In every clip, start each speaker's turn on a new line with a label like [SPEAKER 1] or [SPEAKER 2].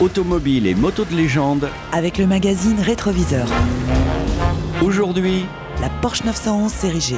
[SPEAKER 1] automobiles et motos de légende.
[SPEAKER 2] avec le magazine Rétroviseur.
[SPEAKER 1] Aujourd'hui,
[SPEAKER 2] La Porsche 911 série G.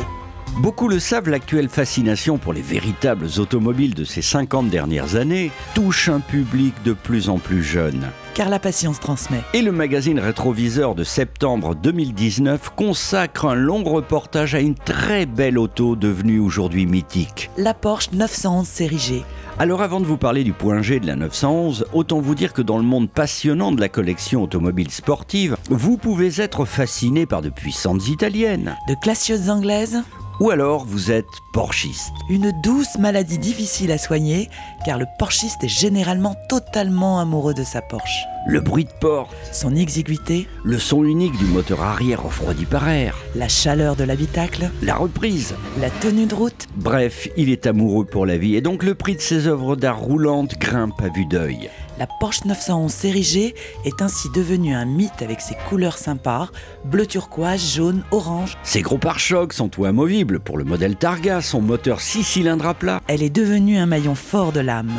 [SPEAKER 1] beaucoup le savent, l'actuelle fascination pour les véritables automobiles de ces 50 dernières années touche un public de plus en plus jeune.
[SPEAKER 2] Car la patience transmet.
[SPEAKER 1] Et le magazine Rétroviseur de septembre 2019 consacre un long reportage à une très belle auto devenue aujourd'hui mythique.
[SPEAKER 2] La Porsche 911 série G.
[SPEAKER 1] Alors avant de vous parler du point G de la 911, autant vous dire que dans le monde passionnant de la collection automobile sportive, vous pouvez être fasciné par de puissantes italiennes.
[SPEAKER 2] De classieuses anglaises,
[SPEAKER 1] Ou alors vous êtes porschiste.
[SPEAKER 2] une douce maladie difficile à soigner, car le porschiste est généralement totalement amoureux de sa Porsche.
[SPEAKER 1] Le bruit de porte,
[SPEAKER 2] Son exiguïté,
[SPEAKER 1] le son unique du moteur arrière refroidi par air,
[SPEAKER 2] la chaleur de l'habitacle,
[SPEAKER 1] la reprise.
[SPEAKER 2] la tenue de route,
[SPEAKER 1] Bref, il est amoureux pour la vie et donc le prix de ses œuvres d'art roulantes grimpe à vue d'œil.
[SPEAKER 2] la Porsche 911 série G est ainsi devenue un mythe avec ses couleurs sympas, bleu turquoise, jaune, orange.
[SPEAKER 1] Ses gros pare-chocs sont tout amovibles pour le modèle Targa, son moteur 6 cylindres à plat.
[SPEAKER 2] Elle est devenue un maillon fort de l'âme,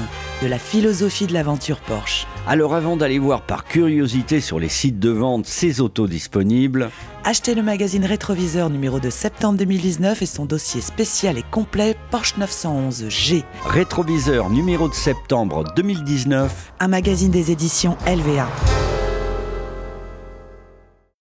[SPEAKER 2] de la philosophie de l'aventure Porsche.
[SPEAKER 1] Alors avant d'aller voir par curiosité sur les sites de vente ces autos disponibles,
[SPEAKER 2] Achetez le magazine Rétroviseur numéro de septembre 2019 et son dossier spécial et complet Porsche 911 G,
[SPEAKER 1] rétroviseur numéro de septembre 2019,
[SPEAKER 2] un magazine des éditions LVA.